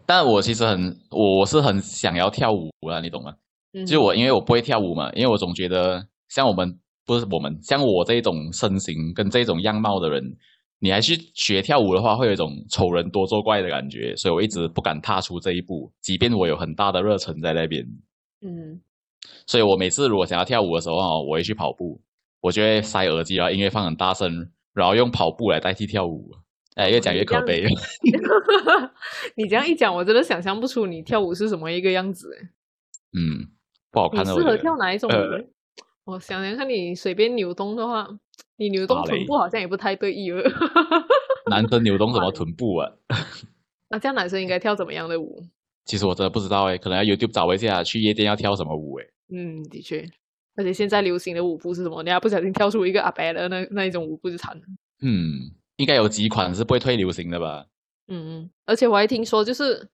[SPEAKER 1] 但我其实很，我我是很想要跳舞啊，你懂吗？
[SPEAKER 3] 嗯
[SPEAKER 1] 就我因为我不会跳舞嘛，因为我总觉得像我们不是我们像我这一种身形跟这种样貌的人，你还去学跳舞的话，会有一种丑人多作怪的感觉，所以我一直不敢踏出这一步，即便我有很大的热忱在那边。
[SPEAKER 3] 嗯
[SPEAKER 1] 所以我每次如果想要跳舞的时候哦，我会去跑步，我就会塞耳机，然后音乐放很大声，然后用跑步来代替跳舞。哎，越讲越可悲。
[SPEAKER 2] 哦你这样一讲，我真的想象不出你跳舞是什么一个样子。哎
[SPEAKER 1] 嗯，不好
[SPEAKER 2] 你
[SPEAKER 1] 看的。
[SPEAKER 2] 适
[SPEAKER 1] 我觉
[SPEAKER 2] 合
[SPEAKER 1] 得
[SPEAKER 2] 跳哪一种舞
[SPEAKER 1] 呃
[SPEAKER 2] 呢？我想想看，你随便扭动的话，你扭动
[SPEAKER 1] 芭蕾
[SPEAKER 2] 臀部好像也不太对意了。
[SPEAKER 1] 男生扭动什么臀部啊？
[SPEAKER 2] 那这样男生应该跳怎么样的舞？
[SPEAKER 1] 其实我真的不知道哎，可能要 YouTube 找一下去夜店要跳什么舞哎。
[SPEAKER 2] 嗯，的确，而且现在流行的舞步是什么？人家不小心跳出一个阿白的那那一种舞步就惨了。
[SPEAKER 1] 嗯，应该有几款是不会退流行的吧？
[SPEAKER 2] 嗯，嗯，而且我还听说，就是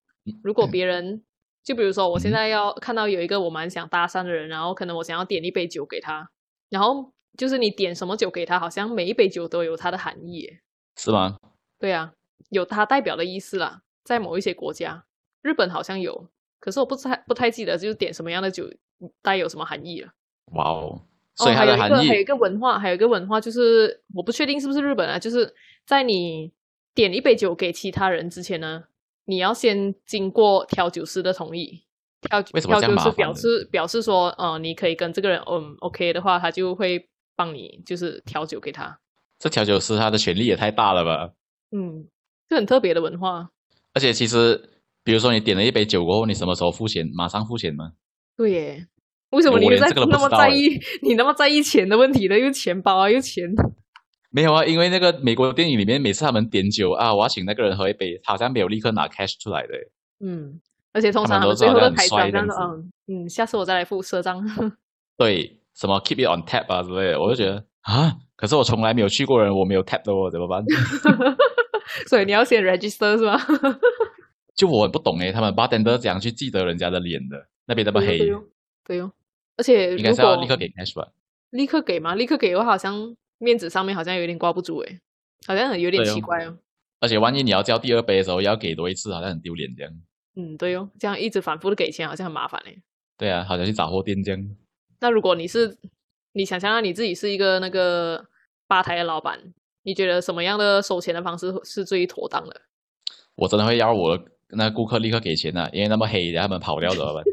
[SPEAKER 2] 如果别人，就比如说我现
[SPEAKER 1] 嗯
[SPEAKER 2] 在要看到有一个我蛮想搭讪的人，然后可能我想要点一杯酒给他，然后就是你点什么酒给他，好像每一杯酒都有它的含义耶。
[SPEAKER 1] 是吗？
[SPEAKER 2] 对啊，有它代表的意思啦，在某一些国家，日本好像有，可是我不太不太记得就是点什么样的酒带有什么含义了。
[SPEAKER 1] 哇哦！
[SPEAKER 2] 哦
[SPEAKER 1] 所以它的含
[SPEAKER 2] 还有一
[SPEAKER 1] 义
[SPEAKER 2] 个还有一个文化，还有一个文化就是，我不确定是不是日本啊，就是在你点一杯酒给其他人之前呢，你要先经过调酒师的同意。调
[SPEAKER 1] 为什么
[SPEAKER 2] 调
[SPEAKER 1] 这样
[SPEAKER 2] 酒
[SPEAKER 1] 麻
[SPEAKER 2] 师
[SPEAKER 1] 烦
[SPEAKER 2] 表
[SPEAKER 1] 呢
[SPEAKER 2] 示表示说，呃，你可以跟这个人，嗯，OK 的话，他就会帮你就是调酒给他。
[SPEAKER 1] 这调酒师他的权力也太大了吧？
[SPEAKER 2] 嗯，这很特别的文化。
[SPEAKER 1] 而且其实，比如说你点了一杯酒过后，你什么时候付钱？马上付钱吗？
[SPEAKER 2] 对耶，为什
[SPEAKER 1] 哎
[SPEAKER 2] 么
[SPEAKER 1] 我
[SPEAKER 2] 你又
[SPEAKER 1] 连
[SPEAKER 2] 在
[SPEAKER 1] 这个都
[SPEAKER 2] 那
[SPEAKER 1] 不
[SPEAKER 2] 么
[SPEAKER 1] 知道
[SPEAKER 2] 在
[SPEAKER 1] 耶
[SPEAKER 2] 意？你那么在意钱的问题呢？又钱包啊，又钱。
[SPEAKER 1] 没有啊，因为那个美国电影里面，每次他们点酒啊，我要请那个人喝一杯，他好像没有立刻拿 cash 出来的欸。
[SPEAKER 2] 嗯，而且通
[SPEAKER 1] 他
[SPEAKER 2] 常
[SPEAKER 1] 们都
[SPEAKER 2] 们
[SPEAKER 1] 是
[SPEAKER 2] 最
[SPEAKER 1] 好
[SPEAKER 2] 后
[SPEAKER 1] 像
[SPEAKER 2] 的
[SPEAKER 1] 很
[SPEAKER 2] 台
[SPEAKER 1] 帅
[SPEAKER 2] 账
[SPEAKER 1] 这样
[SPEAKER 2] 都嗯嗯，下次我再来付赊账。
[SPEAKER 1] 对，什么 keep it on tap 啊之类的，我就觉得啊，可是我从来没有去过人，我没有 tap 的哦，怎么办？
[SPEAKER 2] 所以你要先 register 是吧？
[SPEAKER 1] 就我很不懂诶，他们 bartender 怎样去记得人家的脸的？那边那么黑，
[SPEAKER 2] 对哦，对哦。而且
[SPEAKER 1] 应
[SPEAKER 2] 如
[SPEAKER 1] 该
[SPEAKER 2] 果
[SPEAKER 1] 是要立刻给 cash 吧？
[SPEAKER 2] 立刻给嘛，立刻给的话，好像面子上面好像有点挂不住诶，好像很有点
[SPEAKER 1] 对哦
[SPEAKER 2] 奇怪哦。
[SPEAKER 1] 而且万一你要叫第二杯的时候，要给多一次，好像很丢脸这样。
[SPEAKER 2] 嗯，对哦，这样一直反复的给钱，好像很麻烦哎诶。
[SPEAKER 1] 对啊，好像去杂货店这样。
[SPEAKER 2] 那如果你是你想象到啊你自己是一个那个吧台的老板，你觉得什么样的收钱的方式是最妥当的？
[SPEAKER 1] 我真的会要我的那顾客立刻给钱的、因为那么黑，然后他们跑掉怎么办？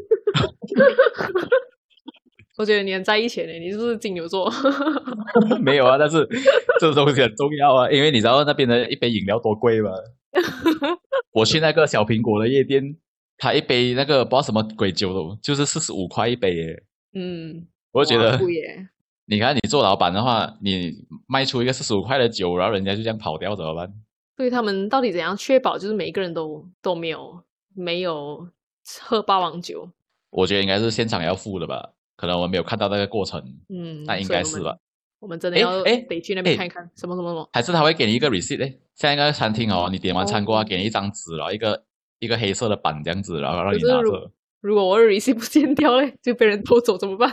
[SPEAKER 2] 我觉得你很在意钱诶，你是不是金牛座？
[SPEAKER 1] 没有啊，但是这种东西很重要啊，因为你知道那边的一杯饮料多贵吗？我去那个小苹果的夜店，他一杯那个不知道什么鬼酒的，就是四十五块一杯耶。
[SPEAKER 2] 嗯，
[SPEAKER 1] 我就觉得
[SPEAKER 2] 哇，贵耶。
[SPEAKER 1] 你看你做老板的话，你卖出一个四十五块的酒，然后人家就这样跑掉怎么办？
[SPEAKER 2] 对他们到底怎样确保，就是每一个人都都没有没有喝霸王酒，
[SPEAKER 1] 我觉得应该是现场要付的吧，可能我们没有看到那个过程，
[SPEAKER 2] 嗯，
[SPEAKER 1] 那应
[SPEAKER 2] 所以
[SPEAKER 1] 该
[SPEAKER 2] 我
[SPEAKER 1] 是
[SPEAKER 2] 们
[SPEAKER 1] 吧？
[SPEAKER 2] 我们真的
[SPEAKER 1] 诶
[SPEAKER 2] 要
[SPEAKER 1] 诶
[SPEAKER 2] 得去那边
[SPEAKER 1] 诶
[SPEAKER 2] 看一看，什么什么什么，
[SPEAKER 1] 还是他会给你一个 receipt 呢？像一个餐厅哦，你点完餐过后，
[SPEAKER 2] 哦
[SPEAKER 1] 他给你一张纸，然后一个一个黑色的板这样子，然后让你
[SPEAKER 2] 可是
[SPEAKER 1] 拿
[SPEAKER 2] 如
[SPEAKER 1] 着，
[SPEAKER 2] 如果我 r e c 不见掉嘞，就被人偷走怎么办？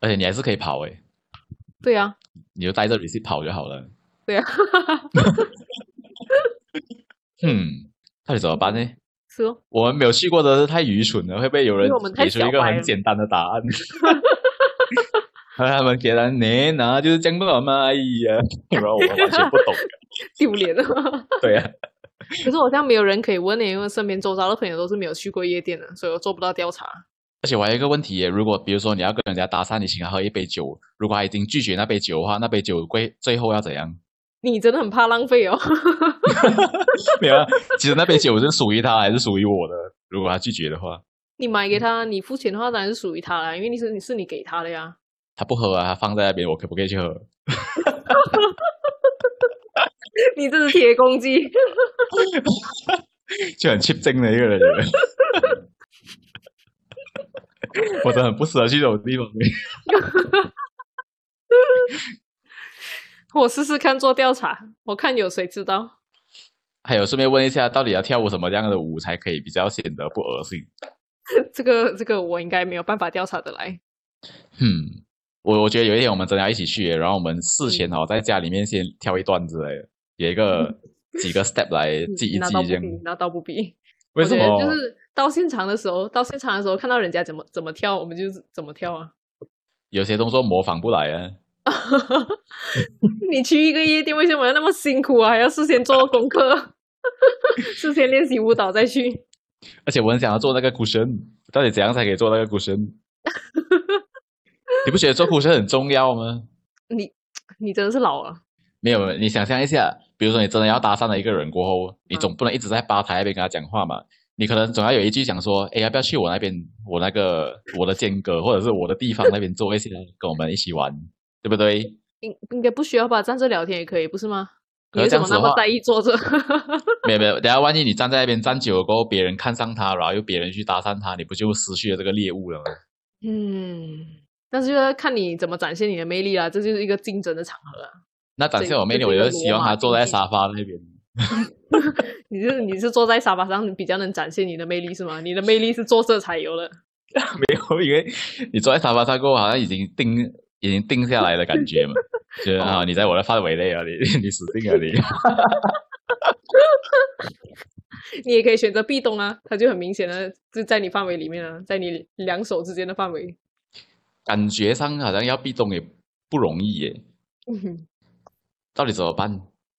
[SPEAKER 1] 而且你还是可以跑诶，
[SPEAKER 2] 对啊，
[SPEAKER 1] 你就带着 receipt 跑就好了。
[SPEAKER 2] 对啊，
[SPEAKER 1] 嗯，到底怎么办呢？
[SPEAKER 2] 是哦，
[SPEAKER 1] 我们没有去过的太愚蠢了，会不会有人
[SPEAKER 2] 因为我们太
[SPEAKER 1] 给出一
[SPEAKER 2] 小
[SPEAKER 1] 个
[SPEAKER 2] 白
[SPEAKER 1] 很
[SPEAKER 2] 了
[SPEAKER 1] 简单的答案？ 他们给了你拿就是这样的嘛，哎呀， 然后我们完全不懂，
[SPEAKER 2] 丢脸了。
[SPEAKER 1] 对啊，
[SPEAKER 2] 可是我好像没有人可以问呢，因为身边周遭的朋友都是没有去过夜店的，所以我做不到调查。
[SPEAKER 1] 而且我还有一个问题耶，如果比如说你要跟人家搭讪，你请他喝一杯酒，如果他已经拒绝那杯酒的话，那杯酒归最后要怎样？
[SPEAKER 2] 你真的很怕浪费哦。
[SPEAKER 1] 没有啊，其实那杯酒是属于他还是属于我的？如果他拒绝的话，
[SPEAKER 2] 你买给他，你付钱的话当然是属于他啦，因为你是你是你给他的呀。
[SPEAKER 1] 他不喝啊，他放在那边，我可不可以去喝？
[SPEAKER 2] 你这是铁公鸡，
[SPEAKER 1] 就很 cheap 精的一个人。 我真的很不适合去这种地方。
[SPEAKER 2] 我试试看做调查，我看有谁知道。
[SPEAKER 1] 还有，顺便问一下，到底要跳舞什么样的舞才可以比较显得不恶心？
[SPEAKER 2] 这个这个我应该没有办法调查的来。
[SPEAKER 1] 嗯，我我觉得有一天我们真的要一起去，然后我们
[SPEAKER 2] 嗯
[SPEAKER 1] 事前哦在家里面先挑一段之类的，有一个几个 step 来 记一
[SPEAKER 2] 那
[SPEAKER 1] 记
[SPEAKER 2] 嗯倒不
[SPEAKER 1] 这样。
[SPEAKER 2] 必，那倒不必。
[SPEAKER 1] 为什
[SPEAKER 2] 我
[SPEAKER 1] 么？
[SPEAKER 2] 觉得就是到现场的时候，到现场的时候看到人家怎么怎么跳，我们就是怎么跳啊。
[SPEAKER 1] 有些动作模仿不来啊。
[SPEAKER 2] 你去一个夜店，为什么要那么辛苦啊？还要事先做功课， 事先练习舞蹈再去。
[SPEAKER 1] 而且我很想要做那个 cushion，到底怎样才可以做那个 cushion？你不觉得做 cushion 很重要吗？
[SPEAKER 2] 你你真的是老了，
[SPEAKER 1] 没有，你想象一下，比如说你真的要搭讪了一个人过
[SPEAKER 2] 嗯
[SPEAKER 1] 后，你总不能一直在吧台那边跟他讲话嘛，你可能总要有一句讲说，哎，要不要去我那边，我那个我的间隔或者是我的地方那边坐一下，跟我们一起玩，对不对？
[SPEAKER 2] 应应该不需要吧？站着聊天也可以，不是吗？你
[SPEAKER 1] 可
[SPEAKER 2] 为
[SPEAKER 1] 是这样
[SPEAKER 2] 什么
[SPEAKER 1] 子
[SPEAKER 2] 那
[SPEAKER 1] 的
[SPEAKER 2] 么
[SPEAKER 1] 话，
[SPEAKER 2] 在意坐着？
[SPEAKER 1] 没有没有，等下万一你站在那边站久了过后，别人看上他，然后又别人去搭讪他，你不就失去了这个猎物了吗？
[SPEAKER 2] 嗯，但是就要看你怎么展现你的魅力啦、这就是一个竞争的场合啊。
[SPEAKER 1] 那展现我魅力，
[SPEAKER 2] 这
[SPEAKER 1] 我
[SPEAKER 2] 这是一个
[SPEAKER 1] 就希望他坐在沙发那边。
[SPEAKER 2] 你是你是坐在沙发上比较能展现你的魅力是吗？你的魅力是坐这才有的。
[SPEAKER 1] 没有，因为你坐在沙发上过后，好像已经定已经定下来的感 觉嘛，觉得啊，你在我的范围内啊，你 你死定了你。
[SPEAKER 2] 你也可以选择壁咚啊，它就很明显的就在你范围里面啊，在你两手之间的范围。
[SPEAKER 1] 感觉上好像要壁咚也不容易耶，
[SPEAKER 2] 嗯
[SPEAKER 1] 到底怎么办？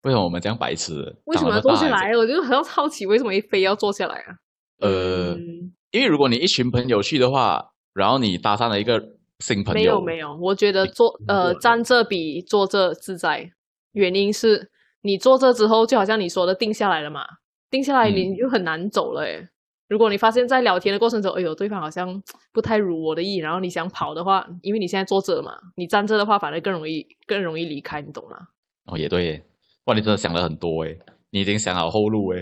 [SPEAKER 1] 为什么我们这样白痴？
[SPEAKER 2] 为什么
[SPEAKER 1] 长
[SPEAKER 2] 要坐
[SPEAKER 1] 了
[SPEAKER 2] 下
[SPEAKER 1] 大孩
[SPEAKER 2] 来？
[SPEAKER 1] 子？
[SPEAKER 2] 我就很好奇，为什么非要坐下来啊？
[SPEAKER 1] 呃，
[SPEAKER 2] 嗯
[SPEAKER 1] 因为如果你一群朋友去的话，然后你搭上了一个新朋
[SPEAKER 2] 没有
[SPEAKER 1] 友，
[SPEAKER 2] 没有，我觉得坐呃
[SPEAKER 1] 过
[SPEAKER 2] 站这比坐这自在，原因是你坐这之后，就好像你说的定下来了嘛，定下来你
[SPEAKER 1] 嗯
[SPEAKER 2] 你就很难走了诶。如果你发现，在聊天的过程中，哎呦，对方好像不太如我的意，然后你想跑的话，因为你现在坐着嘛，你站着的话，反而更容易更容易离开，你懂吗？
[SPEAKER 1] 哦也对耶，哇，你真的想了很多哎，你已经想好后路哎。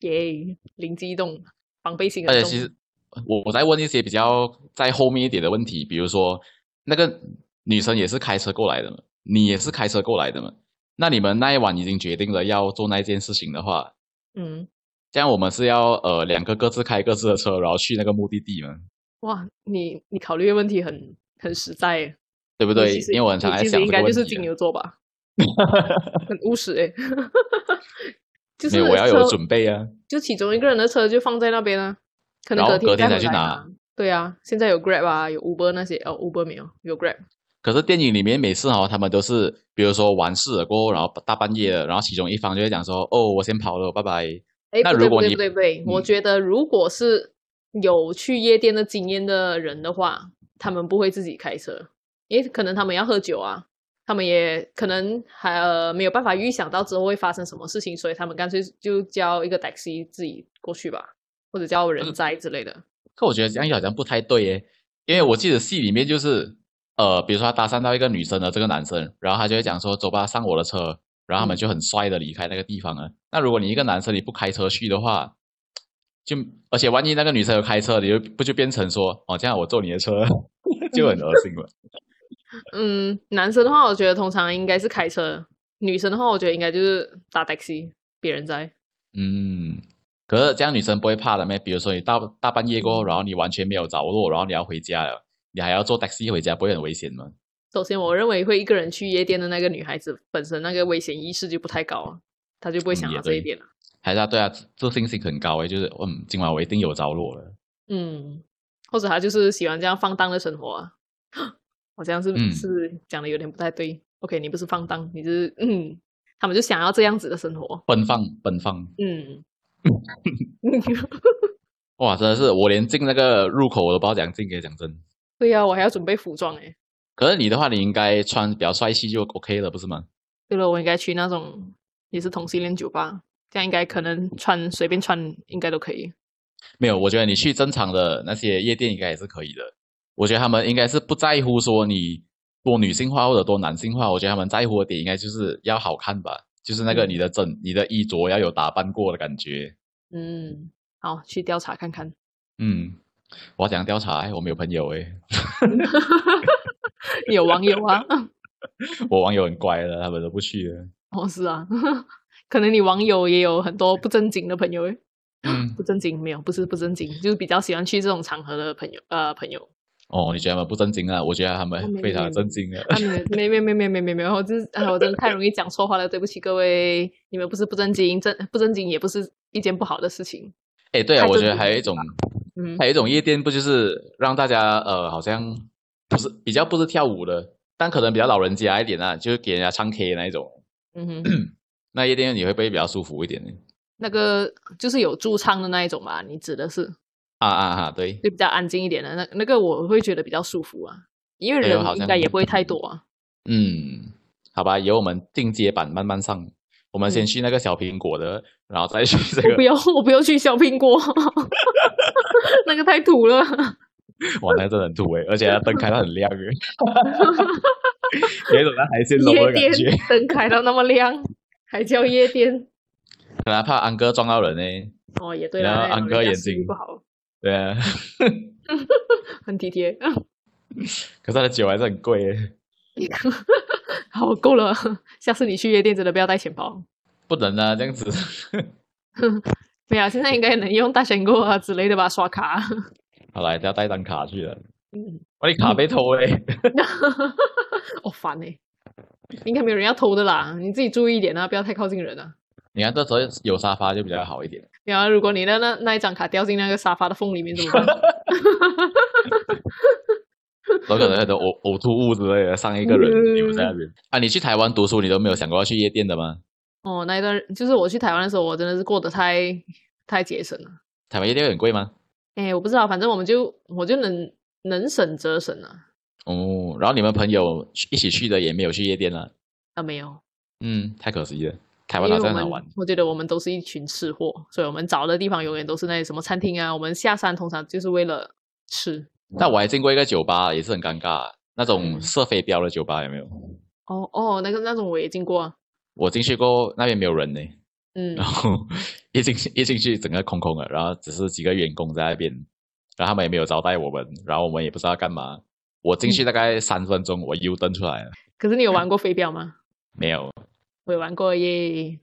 [SPEAKER 2] 耶，灵机一动，防备心
[SPEAKER 1] 而
[SPEAKER 2] 很
[SPEAKER 1] 且
[SPEAKER 2] 重。
[SPEAKER 1] 哎其实我我在问一些比较在后面一点的问题，比如说那个女生也是开车过来的嘛，你也是开车过来的嘛，那你们那一晚已经决定了要做那件事情的话，
[SPEAKER 2] 嗯，
[SPEAKER 1] 这样我们是要呃两个各自开各自的车，然后去那个目的地嘛，
[SPEAKER 2] 哇，你你考虑的问题很很实在耶，
[SPEAKER 1] 对不
[SPEAKER 2] 你
[SPEAKER 1] 对
[SPEAKER 2] 其？实
[SPEAKER 1] 因为我很常
[SPEAKER 2] 你
[SPEAKER 1] 在
[SPEAKER 2] 其
[SPEAKER 1] 想这
[SPEAKER 2] 实应
[SPEAKER 1] 个
[SPEAKER 2] 该
[SPEAKER 1] 问
[SPEAKER 2] 就是
[SPEAKER 1] 题啊
[SPEAKER 2] 金
[SPEAKER 1] 的。
[SPEAKER 2] 牛座吧， 很务实哎，就是
[SPEAKER 1] 没有，我要有
[SPEAKER 2] 车
[SPEAKER 1] 准备啊！
[SPEAKER 2] 就其中一个人的车就放在那边啊，可能
[SPEAKER 1] 然后隔
[SPEAKER 2] 天
[SPEAKER 1] 天
[SPEAKER 2] 再
[SPEAKER 1] 才去
[SPEAKER 2] 回来
[SPEAKER 1] 拿
[SPEAKER 2] 啊。对啊，现在有 Grab 啊，有 Uber 那些哦，Uber 没有，有 Grab。
[SPEAKER 1] 可是电影里面每次哦，他们都是比如说完事了过后，然后大半夜了，然后其中一方就会讲说：“哦，我先跑了，拜拜。”
[SPEAKER 2] 哎，
[SPEAKER 1] 那
[SPEAKER 2] 不
[SPEAKER 1] 如
[SPEAKER 2] 对不
[SPEAKER 1] 果
[SPEAKER 2] 对
[SPEAKER 1] 你
[SPEAKER 2] 不对不对，我
[SPEAKER 1] 嗯
[SPEAKER 2] 觉得如果是有去夜店的经验的人的话，他们不会自己开车，因为可能他们要喝酒啊，他们也可能还、呃、没有办法预想到之后会发生什么事情，所以他们干脆就叫一个 taxi 自己过去吧，或者叫人
[SPEAKER 1] 嗯
[SPEAKER 2] 载之类的。
[SPEAKER 1] 可我觉得这样好像不太对耶，因为我记得戏里面就是，呃，比如说他搭讪到一个女生的这个男生，然后他就会讲说：“走吧，上我的车。”然后他们就很帅的离开那个地方了。那如果你一个男生你不开车去的话，就而且万一那个女生有开车，你就不就变成说：“哦，这样我坐你的车， 就很恶心了。
[SPEAKER 2] 嗯，男生的话，我觉得通常应该是开车；女生的话，我觉得应该就是搭 taxi，别人载。
[SPEAKER 1] 嗯，可是这样女生不会怕的咩？比如说你大大半夜过后，然后你完全没有着落，然后你要回家了，你还要坐 taxi 回家，不会很危险吗？
[SPEAKER 2] 首先，我认为会一个人去夜店的那个女孩子本身那个危险意识就不太高啊，她就不会
[SPEAKER 1] 嗯
[SPEAKER 2] 想
[SPEAKER 1] 也
[SPEAKER 2] 到这一
[SPEAKER 1] 对
[SPEAKER 2] 点了。
[SPEAKER 1] 还是他对他啊自信心很高诶，就是嗯，今晚我一定有着落了。
[SPEAKER 2] 嗯，或者她就是喜欢这样放荡的生活啊。 我这样是、
[SPEAKER 1] 嗯
[SPEAKER 2] 是不是讲的有点不太对？OK，你不是放荡，你是嗯，他们就 想要这样子的生活。
[SPEAKER 1] 奔放奔放。
[SPEAKER 2] 嗯，
[SPEAKER 1] 哇，真的是我连进那个入口我都不知道怎样进，欸给你讲真。
[SPEAKER 2] 对啊呀、我还要准备服装欸诶。
[SPEAKER 1] 可是你的话，你应该穿比较帅气就 OK 了，不是吗？
[SPEAKER 2] 对了，我应该去那种也是同性恋酒吧，这样应该可能穿随便穿应该都可以。
[SPEAKER 1] 没有，我觉得你去正常的那些夜店应该也是可以的。我觉得他们应该是不在乎说你多女性化或者多男性化，我觉得他们在乎的点应该就是要好看吧，就是那个你的整、你的衣着要有打扮过的感觉。
[SPEAKER 3] 嗯，
[SPEAKER 2] 好，去调查看看。
[SPEAKER 1] 嗯，我要怎样调查？哎我没有朋友诶，
[SPEAKER 2] 有网友啊，
[SPEAKER 1] 我网友很乖的，他们都不去了。
[SPEAKER 2] 哦是啊， 可能你网友也有很多不正经的朋友诶。
[SPEAKER 1] 嗯，
[SPEAKER 2] 不正经没有，不是不正经，就是比较喜欢去这种场合的朋友呃朋友。
[SPEAKER 1] 哦，你觉得他们不正经啊？我觉得他
[SPEAKER 2] 哦
[SPEAKER 1] 们
[SPEAKER 2] 没有
[SPEAKER 1] 非常
[SPEAKER 2] 没有
[SPEAKER 1] 正经的。
[SPEAKER 2] 啊，没没没没没没没有，我就是啊，我真的太容易讲错话了，对不起各位，你们不是不正经，正不正经也不是一件不好的事情。
[SPEAKER 1] 哎，对啊，
[SPEAKER 2] 太
[SPEAKER 1] 我
[SPEAKER 2] 正
[SPEAKER 1] 觉得
[SPEAKER 2] 经
[SPEAKER 1] 还有
[SPEAKER 2] 了
[SPEAKER 1] 一种，
[SPEAKER 2] 嗯
[SPEAKER 1] 还有一种夜店不就是让大家呃，好像不是比较不是跳舞的，但可能比较老人家一点啊，就是给人家唱 K 那一种。
[SPEAKER 2] 嗯哼，
[SPEAKER 1] 那夜店你会不会比较舒服一点呢？
[SPEAKER 2] 那个就是有驻唱的那一种吧，你指的是
[SPEAKER 1] 啊啊啊！对，
[SPEAKER 2] 就比较安静一点的那那个，我会觉得比较舒服啊，因为
[SPEAKER 1] 哎呦好
[SPEAKER 2] 人应
[SPEAKER 1] 像
[SPEAKER 2] 该也不会太多啊。
[SPEAKER 1] 嗯，好吧，以后我们进阶版慢慢上。我们先去那个小苹果的，然后再去这
[SPEAKER 2] 我不
[SPEAKER 1] 个。
[SPEAKER 2] 要，我不要去小苹果， 那个太土了。
[SPEAKER 1] 哇，那个真的很土哎，而且它灯开到很亮 哎，有一种在海鲜楼
[SPEAKER 2] 夜
[SPEAKER 1] 的
[SPEAKER 2] 店
[SPEAKER 1] 感觉。
[SPEAKER 2] 灯开到那么亮，还叫夜店？
[SPEAKER 1] 可能怕安哥撞到人呢。
[SPEAKER 2] 哦，也对
[SPEAKER 1] 然后
[SPEAKER 2] 啦，
[SPEAKER 1] 安哥
[SPEAKER 2] 人家
[SPEAKER 1] 眼
[SPEAKER 2] 视力
[SPEAKER 1] 睛
[SPEAKER 2] 不好，
[SPEAKER 1] 对啊，
[SPEAKER 2] 很体贴。
[SPEAKER 1] 可是他的酒还是很贵耶，
[SPEAKER 2] 好，够了，下次你去夜店真的不要带钱包。
[SPEAKER 1] 不能啊，这样子。
[SPEAKER 2] 没有啊，现在应该能用大选购啊之类的吧，刷卡。
[SPEAKER 1] 好了，要带张卡去了。
[SPEAKER 2] 嗯，
[SPEAKER 1] 我的卡被偷嘞！
[SPEAKER 2] 哦，烦哎、应该没有人要偷的啦，你自己注意一点啊，不要太靠近人啊。
[SPEAKER 1] 你看这时候有沙发就比较好一 点。
[SPEAKER 2] 然后，如果你的那那一张卡掉进那个沙发的缝里面怎么 办？
[SPEAKER 1] 有可能很多呕呕吐物之类的，上一个人留在那边啊。你去台湾读书，你都没有想过要去夜店的吗？
[SPEAKER 2] 哦，那一段就是我去台湾的时候，我真的是过得太太节省了。
[SPEAKER 1] 台湾夜店会很贵吗？
[SPEAKER 2] 哎，我不知道，反正我们就我就能能省则省啊。
[SPEAKER 1] 哦，然后你们朋友去一起去的也没有去夜店了，
[SPEAKER 2] 啊，没有，
[SPEAKER 1] 嗯，太可惜了。台湾
[SPEAKER 2] 因为
[SPEAKER 1] 哪
[SPEAKER 2] 我
[SPEAKER 1] 在哪
[SPEAKER 2] 们
[SPEAKER 1] 玩？
[SPEAKER 2] 我觉得我们都是一群吃货，所以我们找的地方永远都是那些什么餐厅啊。我们下山通常就是为了吃。
[SPEAKER 1] 那我还进过一个酒吧，也是很尴尬，那种
[SPEAKER 2] 嗯
[SPEAKER 1] 射飞镖的酒吧有没有？
[SPEAKER 2] 哦哦，那个那种我也经过啊。
[SPEAKER 1] 我进去过后，那边没有人呢。
[SPEAKER 2] 嗯
[SPEAKER 1] 然，后一进去一进去整个空空的，然后只是几个员工在那边，然后他们也没有招待我们，然后我们也不知道干嘛。我进去大概三分钟，我 U 登出来了，
[SPEAKER 2] 可是你有玩过飞镖吗？
[SPEAKER 1] 没有，
[SPEAKER 2] 我也玩过耶。